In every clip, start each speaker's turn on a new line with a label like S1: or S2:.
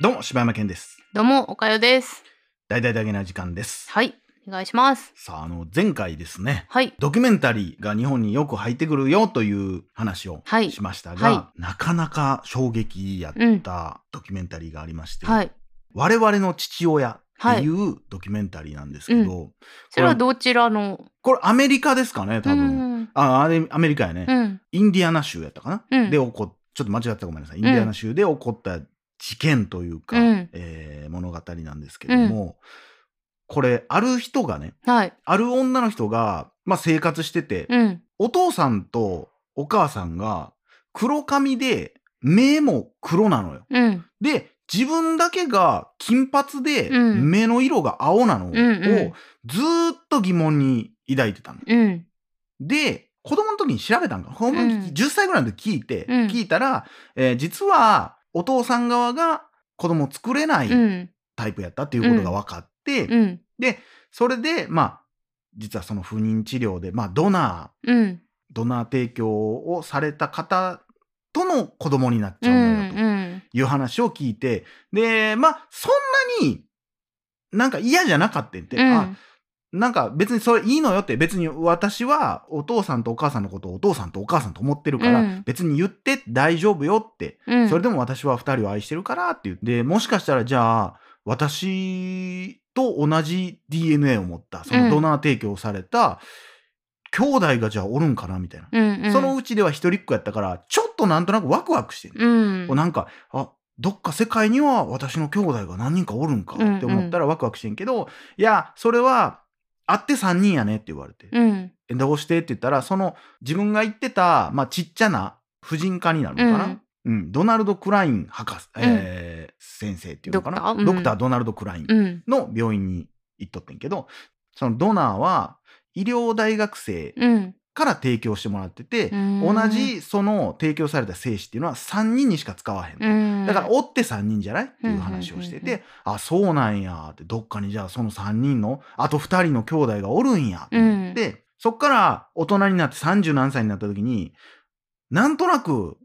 S1: どうも、柴山健です。
S2: どうも、おかよです。
S1: 大々だけな時間です。
S2: はい、お願いします。
S1: さあ、あの、前回ですね、
S2: はい、
S1: ドキュメンタリーが日本によく入ってくるよという話を
S2: はい
S1: しましたが、
S2: は
S1: なかなか衝撃やったドキュメンタリーがありまして、
S2: はい。
S1: 我々の父親っていうドキュメンタリーなんですけど、
S2: それはどちらの
S1: これアメリカですかね、多分。
S2: うん、
S1: ああれアメリカやね、
S2: うん、
S1: インディアナ州やったかな、
S2: うん
S1: で起こっちょっと間違ったらごめんなさいインディアナ州で起こった事件というか、
S2: うん
S1: えー物語なんですけども、これある人がね
S2: はい、
S1: ある女の人が、まあ、生活してて、
S2: うん、
S1: お父さんとお母さんが黒髪で目も黒なのよ。
S2: うん、
S1: で自分だけが金髪で
S2: うん
S1: 目の色が青なのを
S2: んうん
S1: ずーっと疑問に抱いてたの。
S2: うん、
S1: で、子供の時に調べたんか。子供の時
S2: うん
S1: 10歳ぐらいの時聞いて、
S2: うん
S1: 聞いたら、えー実はお父さん側が子供を作れない
S2: うん、
S1: タイプやったっていうことが分かって、
S2: うん、
S1: それで、まあ、実はその不妊治療で、まあ、ドナ
S2: うん、
S1: ー、ドナー提供をされた方との子供になっち
S2: う、
S1: ゃうんの
S2: う
S1: よ
S2: ん、
S1: という話を聞いて、で、まあ、そんなになんか嫌じゃなかったんって、あなんか別にそれいいのよって別に私はお父さんとお母さんのことをお父さんとお母さんと思ってるから、
S2: うん
S1: 別に言って大丈夫よって、
S2: うん、
S1: それ
S2: で、
S1: でも私は二人を愛してるからって言ってもしかしたらじゃあ私と同じ DNA を持ったそのドナー提供された兄弟がじゃあおるんかなみたいな、
S2: うん、うん、
S1: その、うちでは一人っ子やったからちょっとなんとなくワクワクしてんね
S2: うん、
S1: こうなんかあどっか世界には私の兄弟が何人かおるんかって思ったらワクワクしてんけど、いやそれは会って3人やねって言われて、
S2: うん、
S1: えどうしてって言ったらその自分が言ってた、まあ、ちっちゃな婦人科になるのかな、うんドナルド・クライン博士、えー先生っていうのかな
S2: ドクターうん
S1: ドクタードナルド・クライン
S2: うん、
S1: の病院に行っとってんけどそのドナーは医療大学生
S2: うん、
S1: から提供してもらってて、
S2: うん
S1: 同じその提供された精子っていうのは3人にしか使わへんの、
S2: うん、
S1: だから、追って3人じゃないっていう話をして
S2: うんうんうん
S1: て、あ、そうなんやって、どっかにじゃあその3人の、あと2人の兄弟がおるんやって言って、そっから大人になって30何歳になった時に、なんとなく、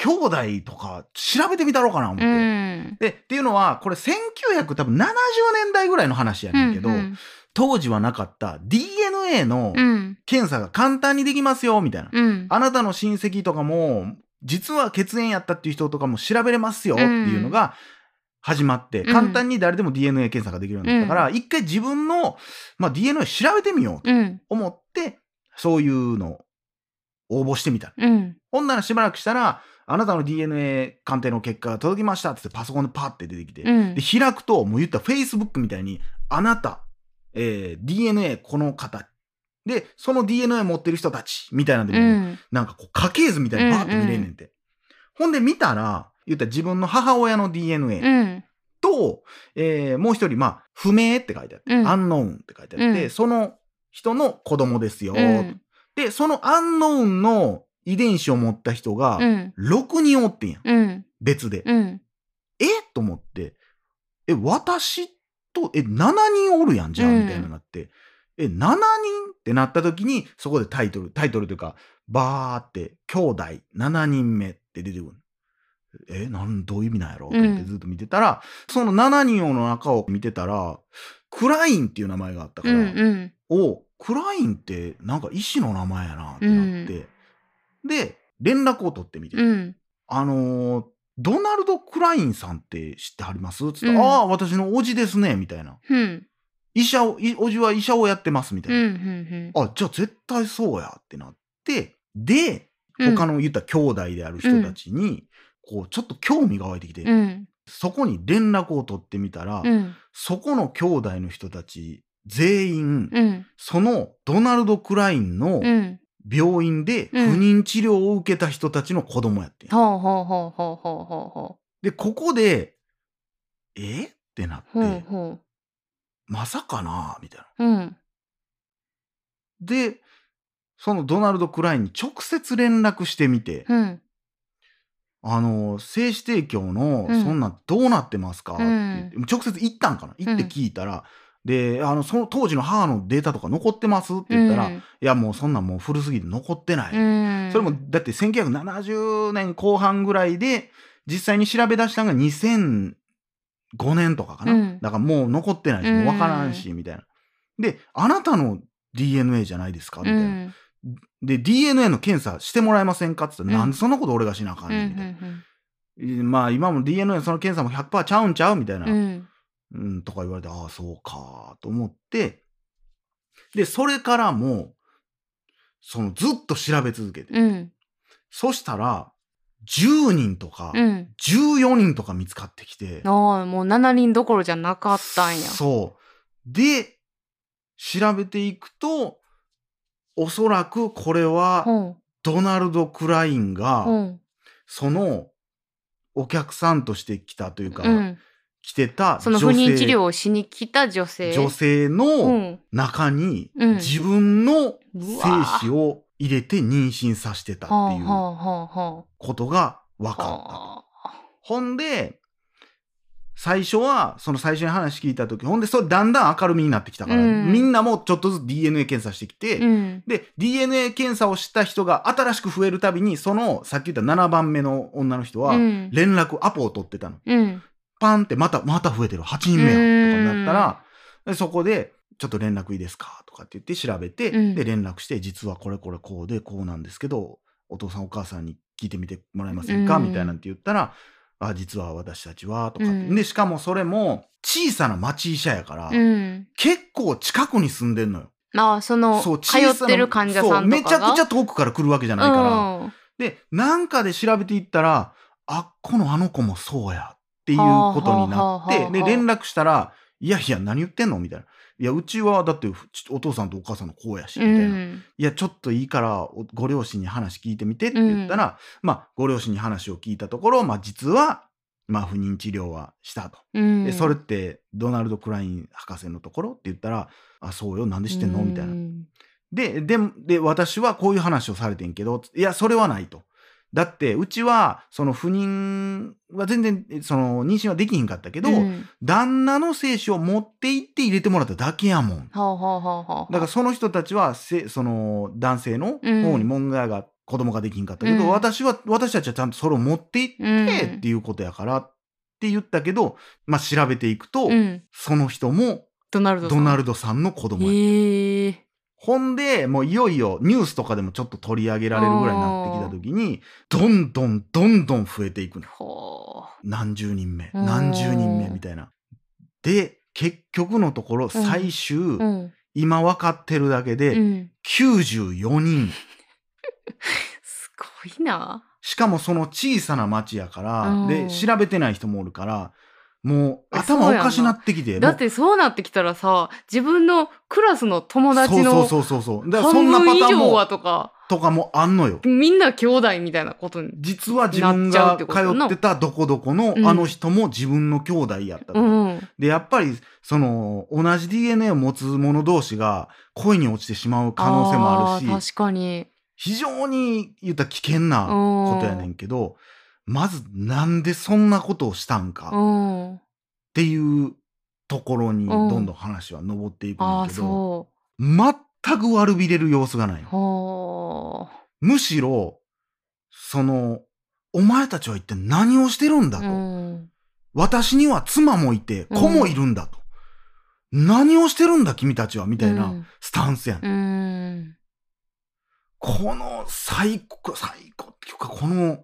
S1: 兄弟とか調べてみたろうかな思って。
S2: うん、
S1: で、っていうのは、これ1900多分70年代ぐらいの話やねんけど、
S2: うん、
S1: 当時はなかった DNA の
S2: うん、
S1: 検査が簡単にできますよ、みたいな。
S2: うん、
S1: あなたの親戚とかも、実は血縁やったっていう人とかも調べれますよっていうのが始まって、
S2: うん
S1: 簡単に誰でも DNA 検査ができるようになったから、一回自分の、まあ、DNA 調べてみようと
S2: うん、
S1: 思って、そういうのを応募してみた。
S2: うん、
S1: ほんならしばらくしたら、あなたの DNA 鑑定の結果が届きましたっつってパソコンでパーって出てきて、
S2: うん
S1: で、開くと、もう言った Facebook みたいに、あなた、えー DNA この方、で、その DNA 持ってる人たち、みたいなんでもう、
S2: うん、
S1: なんかこう家系図みたいにバーって見れんねんて。ほんで見たら、言ったら自分の母親の DNA
S2: うん、
S1: と、えーもう一人、まあ、不明って書いてあって、
S2: うん
S1: アンノーンって書いてあって、
S2: うん
S1: その人の子供ですよ、
S2: うん、
S1: で、そのアンノーンの遺伝子を持った人が、6人おってんやん。
S2: うん、
S1: 別で。
S2: うん、
S1: えと思って、え、私と、え、7人おるやん、じゃあ、
S2: うん
S1: みたいになって。え、7人ってなった時に、そこでタイトル、タイトルというか、バーって、兄弟7人目って出てくる。え、なん、どういう意味なんやろと思って
S2: うん
S1: ずっと見てたら、その7人の中を見てたら、クラインっていう名前があったか
S2: う
S1: ら、
S2: ん、うん、
S1: おクラインってなんか医師の名前やなってなって、で、連絡を取ってみて、
S2: うん、
S1: あのードナルド・クラインさんって知ってはりますつったら、
S2: うん
S1: ああ、私のおじですね、みたいな。
S2: うん。
S1: 医者を、いおじは医者をやってます、みたい
S2: うん
S1: な。
S2: うん
S1: あ、じゃあ絶対そうやってなって、で、
S2: うん
S1: 他の言った兄弟である人たちに、こう、ちょっと興味が湧いてきて、
S2: うん
S1: そこに連絡を取ってみたら、
S2: うん
S1: そこの兄弟の人たち全員、
S2: うん
S1: そのドナルド・クラインの
S2: うん
S1: 病院で不
S2: うん
S1: 妊治療を受けた人たちの子供やってん。
S2: ほうほうほうほうほうほうほ
S1: で、ここで、えってなって、
S2: うほうほ
S1: まさかなみたいな。
S2: ううん
S1: で、そのドナルド・クラインに直接連絡してみて、
S2: うん
S1: あの、精子提供の、
S2: うん
S1: そんなんどうなってますか、って言って直接行ったんかな行って
S2: うん
S1: 聞いたら、で、あの、その当時の母のデータとか残ってますって言ったら、いや、もうそんなんもう古すぎて残ってない。
S2: うん
S1: それも、だって1970年後半ぐらいで、実際に調べ出したのが2000 5年とかかな、
S2: うん
S1: だからもう残ってないし
S2: うん
S1: 分からんしみたいなであなたの DNA じゃないですかみ
S2: う
S1: たいな、
S2: ん
S1: で DNA の検査してもらえませんかって言ったら、
S2: う
S1: な
S2: ん
S1: んでそんなこと俺がしなあかん
S2: うんう
S1: ねんみたいな、
S2: ん
S1: まあ今も DNA のその検査も100%ちゃうんちゃうみたいな、
S2: うんうん
S1: うん、とか言われて、ああ、そうか、と思って、で、それからも、そのずっと調べ続けて、
S2: うん
S1: そしたら、10人とか、
S2: うん
S1: 14人とか見つかってきて、
S2: ああもう7人どころじゃなかったんや
S1: そう。で、調べていくと、おそらくこれは、
S2: ほう
S1: ドナルド・クラインが、
S2: ほう
S1: その、お客さんとして来たというか、
S2: うん
S1: 来てた
S2: その
S1: 女性
S2: 不妊治療をしに来た女性
S1: 女性の、
S2: うん
S1: 中に
S2: うん
S1: 自分の
S2: う
S1: 精
S2: わ
S1: 子を入れて妊娠させてた
S2: は
S1: っ
S2: あ
S1: てい
S2: は
S1: う
S2: あはあは
S1: ことが分
S2: あ
S1: かった。
S2: は
S1: ほんで、最初は、その最初に話聞いた時ほんで、それだんだん明るみになってきたから、
S2: うん
S1: みんなもちょっとずつ DNA 検査してきて、
S2: あうん
S1: で、DNA 検査をした人が新しく増えるたびに、その、さっき言った7番目の女の人は
S2: う、ん
S1: 連絡、アポを取ってたの。
S2: うん
S1: パンってまた、また増えてる。8人目や。と
S2: うん
S1: かになったら、でそこで、ちょっと連絡いいですかとかって言って調べて、
S2: うん
S1: で、連絡して、実はこれこれこうで、こうなんですけど、お父さんお母さんに聞いてみてもらえませんか、
S2: うん
S1: みたいなんて言ったら、あ、実は私たちは、とかって、
S2: うん
S1: で、しかもそれも、小さな町医者やから、
S2: うん
S1: 結構近くに住んでんのよ。
S2: まあその
S1: そう、
S2: 通ってる患者さんとかが
S1: そうめちゃくちゃ遠くから来るわけじゃないから、
S2: うん
S1: で、なんかで調べていったら、あっこのあの子もそうやっていうことになっ
S2: はあはあはあは
S1: て、
S2: あ
S1: で、連絡したら、いやいや、何言ってんのみたいな。いや、うちはだって、ふちお父さんとお母さんの子やし、みたいな。いや、ちょっといいからおご両親に話聞いてみてって言ったら、まあ、ご両親に話を聞いたところ、まあ、実は、まあ、不妊治療はしたと。
S2: うん
S1: で、それって、ドナルド・クライン博士のところって言ったら、あ、そうよ、なんで知ってんのみたいな
S2: う。ん
S1: で、で、で、私はこういう話をされてんけど、いや、それはないと。だって、うちは、その不妊は全然、えその妊娠はできひんかったけど、
S2: うん
S1: 旦那の精子を持って行って入れてもらっただけやもん。
S2: はあはあはあはあ
S1: だからその人たちは、せその男性の
S2: うん
S1: 方に問題が、子供ができひんかったけど、
S2: うん
S1: 私は、私たちはちゃんとそれを持って行っ
S2: うん
S1: てっていうことやからって言ったけど、まあ調べていくと、
S2: うん
S1: その人も
S2: ドナルドさ
S1: ド
S2: ん
S1: ナルドさんの子供やった
S2: へえ
S1: ほんで、もういよいよニュースとかでもちょっと取り上げられるぐらいになってきた時に、どんどんどんどん増えていくの。
S2: ほう
S1: 何十人目、
S2: うん
S1: 何十人目みたいな。で、結局のところ最終、
S2: うん
S1: 今分かってるだけ
S2: う
S1: で
S2: ん
S1: 94人。
S2: すごいな
S1: しかもその小さな町やから、
S2: うん
S1: で、調べてない人もおるから、もう
S2: えそう
S1: 頭
S2: やん
S1: お
S2: な
S1: かしなってきて。
S2: だってそうなってきたらさ自分のクラスの友達
S1: そう
S2: の
S1: そうそうそうそう。だからそん
S2: 半
S1: なパ
S2: 分以
S1: ターン
S2: 上
S1: も
S2: は、とか
S1: とかもあんのよ。
S2: みんな兄弟みたいなことに
S1: 実は自分が通ってたどこどこの
S2: うん
S1: あの人も自分の兄弟やったと、
S2: うん
S1: でやっぱりその同じ DNA を持つ者同士が恋に落ちてしまう可能性もある
S2: ー
S1: し
S2: 確かに
S1: 非常に言ったら危険
S2: う
S1: なんことやねんけど、まずなんでそんなことをしたんかっ
S2: うんあ
S1: ていうところに
S2: ん
S1: どんどん話は上っていくねん
S2: あ
S1: だけど、
S2: そ。
S1: 全く悪びれる様子がないう
S2: ほ
S1: むしろそのお前たちは一体何をしてるんだ
S2: う
S1: と。
S2: うん
S1: 私には妻もいて
S2: うん
S1: 子もいるんだと、何をしてるんだ君たちはみたいうなんスタンスやん、
S2: うん
S1: この最高最高っていうかこの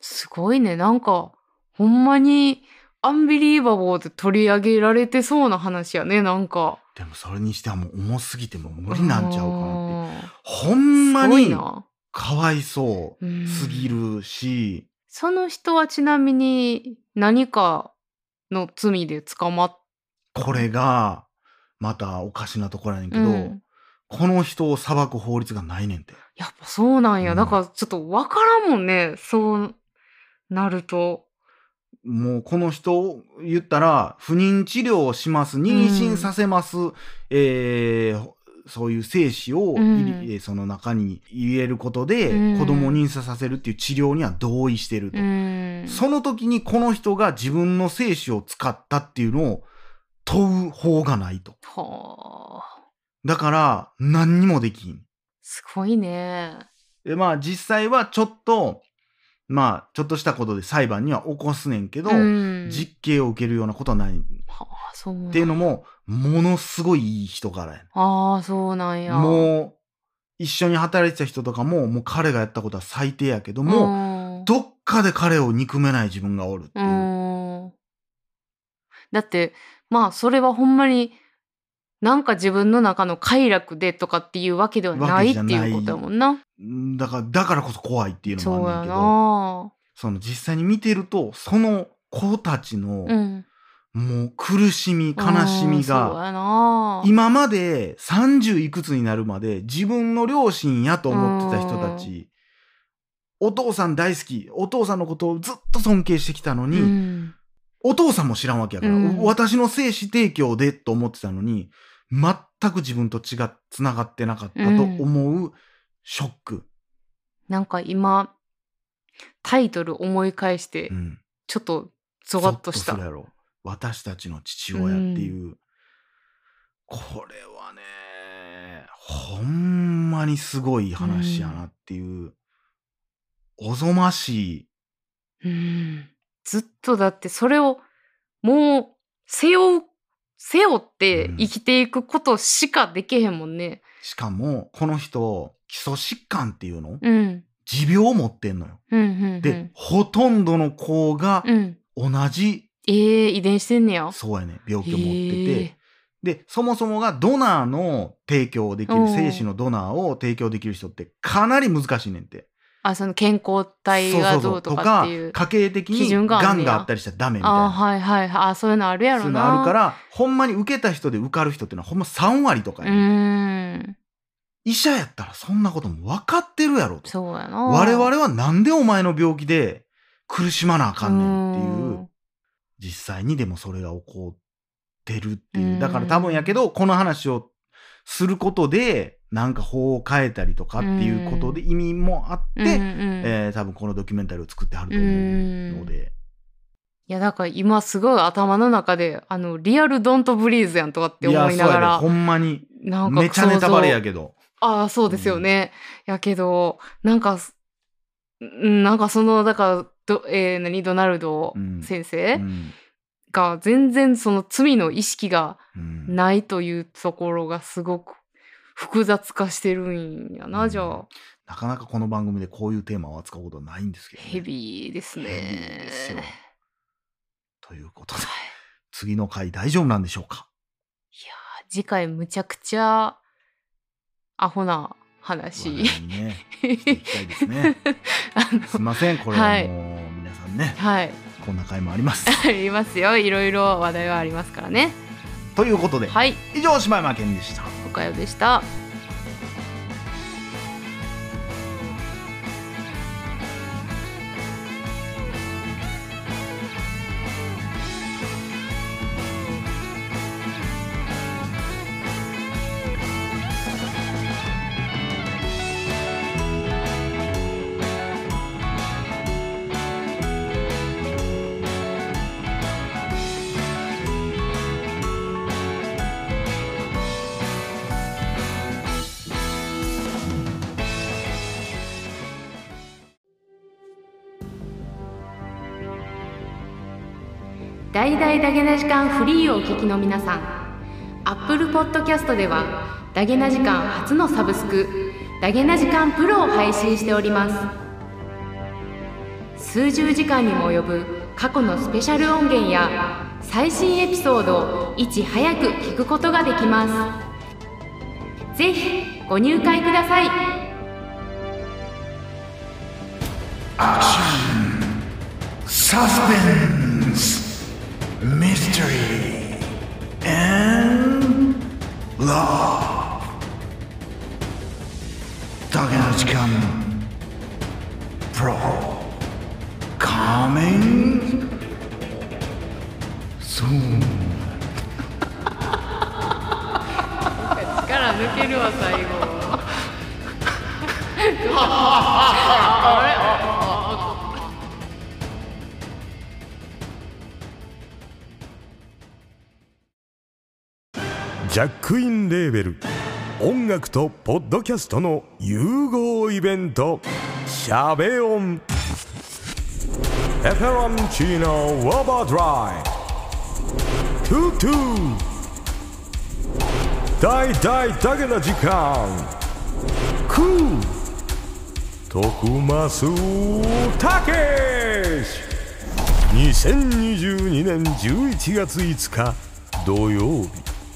S2: すごいね。なんか、ほんまに、アンビリーバボーで取り上げられてそうな話やね、なんか。
S1: でもそれにしてはもう重すぎてもう無理なんちゃうかなって
S2: って。
S1: ほんます
S2: ごい
S1: に
S2: な
S1: かわいそう
S2: うん
S1: すぎるし、
S2: その人はちなみに何かの罪で捕まっ
S1: これがまたおかしなところやねんけ
S2: う
S1: ど、
S2: ん、
S1: この人を裁く法律がないねんて
S2: やっぱそうなん
S1: う
S2: や。
S1: ん
S2: だからちょっとわからんもんね、そうなると。
S1: もうこの人を言ったら不妊治療をします妊娠させます、えーそういう精子を入れ、
S2: うん
S1: えーその中に入れることで
S2: うん
S1: 子供を妊娠させるっていう治療には同意してると、
S2: うん。
S1: その時にこの人が自分の精子を使ったっていうのを問う方がないと
S2: はあ。
S1: だから何にもできん
S2: すごいね。
S1: でまあ実際はちょっとまあ、ちょっとしたことで裁判には起こすねんけど、
S2: うん
S1: 実刑を受けるようなことはないっ
S2: はあ、そうなん
S1: ていうのも、ものすごいいい人からやね
S2: ああ、そうなんや。
S1: もう、一緒に働いてた人とかも、もう彼がやったことは最低やけど
S2: う
S1: も、
S2: ん、
S1: どっかで彼を憎めない自分がおるって
S2: う
S1: いう。
S2: ん。だって、まあ、それはほんまに、なんか自分の中の快楽でとかっていうわけではないっていうことやもんな。
S1: うんだから、だからこそ怖いっていうの
S2: そう
S1: もあ
S2: や
S1: るんだけど、
S2: な。
S1: その実際に見てると、その子たちの、
S2: うん。
S1: もう苦しみ、悲しみ
S2: あーそう
S1: が、
S2: やな。
S1: 今まで30いくつになるまで自分の両親やと思ってた人たち、お父さん大好き、お父さんのことをずっと尊敬してきたのに、
S2: うん
S1: お父さんも知らんわけやから、
S2: うん
S1: 私の精子提供でと思ってたのに、全く自分と血が繋がってなかったと思うショック。
S2: なんか今、タイトル思い返して
S1: う、ん。
S2: ちょっとゾワッとし
S1: ゾ
S2: た
S1: する。やろ。私たちの父親っていう。これはね、ほんまにすごい話やなっていう、おぞましい。
S2: うんずっとだってそれをもう背負う背負って生きていくことしかできへんもんね。
S1: しかも、この人、基礎疾患っていうの
S2: うん。
S1: 持病を持ってんのよ。
S2: うんうんうん。
S1: で、ほとんどの子が
S2: うん。
S1: 同じ
S2: ええ遺伝してんねや。
S1: そうやね病気を持って
S2: へ
S1: て
S2: え
S1: でそもそもがドナーの提供でき
S2: うん
S1: る精子のドナーを提供できる人ってかなり難しいねんて。
S2: あ、その健康体がどうとかっていう。
S1: とか家系的に
S2: 基準があ
S1: が
S2: んね
S1: ん
S2: や
S1: があったりしたらダメみたい
S2: あー
S1: な。
S2: はいはいはい。あそういうのあるや
S1: そう
S2: ろ
S1: いう
S2: な。
S1: のあるからほんまに受けた人で受かる人ってのはほんま3割とか
S2: う
S1: やねん
S2: ーん。
S1: 医者やったらそんなことも分かってるやろと。
S2: そうやな。
S1: 我々はなんでお前の病気で苦しまなあかんねんっていう。
S2: ん
S1: 実際にでもそれが起こってるっていうう。
S2: ん
S1: だから多分やけど、この話をすることで、なんか法を変えたりとかっていうことで意味もあって、
S2: うんうん
S1: えー多分このドキュメンタリーを作ってはると思うので、
S2: いやだから今すごい頭の中であのリアルドントブリーズやんとかって思いなが
S1: やで、
S2: ら
S1: ほんまに、
S2: なんか
S1: めちゃネタバレやけど、
S2: ああ、そうですよね。やけど、なんか、すんなんかその、だから、どえー何、ドナルド
S1: うん
S2: 先
S1: う
S2: 生
S1: ん
S2: が全然その罪の意識が
S1: うん
S2: ないというところがすごく複雑化してるんやな、
S1: うん
S2: じゃあ。
S1: なかなかこの番組でこういうテーマを扱うことはないんですけどね、
S2: ヘビーです
S1: ヘビー
S2: ね。
S1: ですよということで
S2: はい、
S1: 次の回大丈夫なんでしょうか
S2: 次回むちゃくちゃアホな話。
S1: 我々にね、していきたいですね。
S2: あ
S1: すい
S2: の
S1: ません、これは
S2: はい
S1: もう皆さんね、
S2: はい。
S1: こんな回もあり ます。
S2: ありますよ。いろいろ話題はありますからね。
S1: ということで、
S2: はい。
S1: 以上島山健でした。
S2: おかよでした。大々ダゲな時間フリーをお聞きの皆さん Apple Podcast ではダゲな時間初のサブスクダゲな時間プロを配信しております数十時間にも及ぶ過去のスペシャル音源や最新エピソードをいち早く聞くことができますぜひご入会ください
S1: サスペンス、ミステリー、and love。だけの時間、プロ、カミング、ソーン。
S2: 力抜けるわ最後
S3: ジャックインレーベル音楽とポッドキャストの融合イベント「シャベオン」エフェロンチーノオーバードライトゥトゥ大大だけな時間クー徳増たけし2022年11月5日土曜日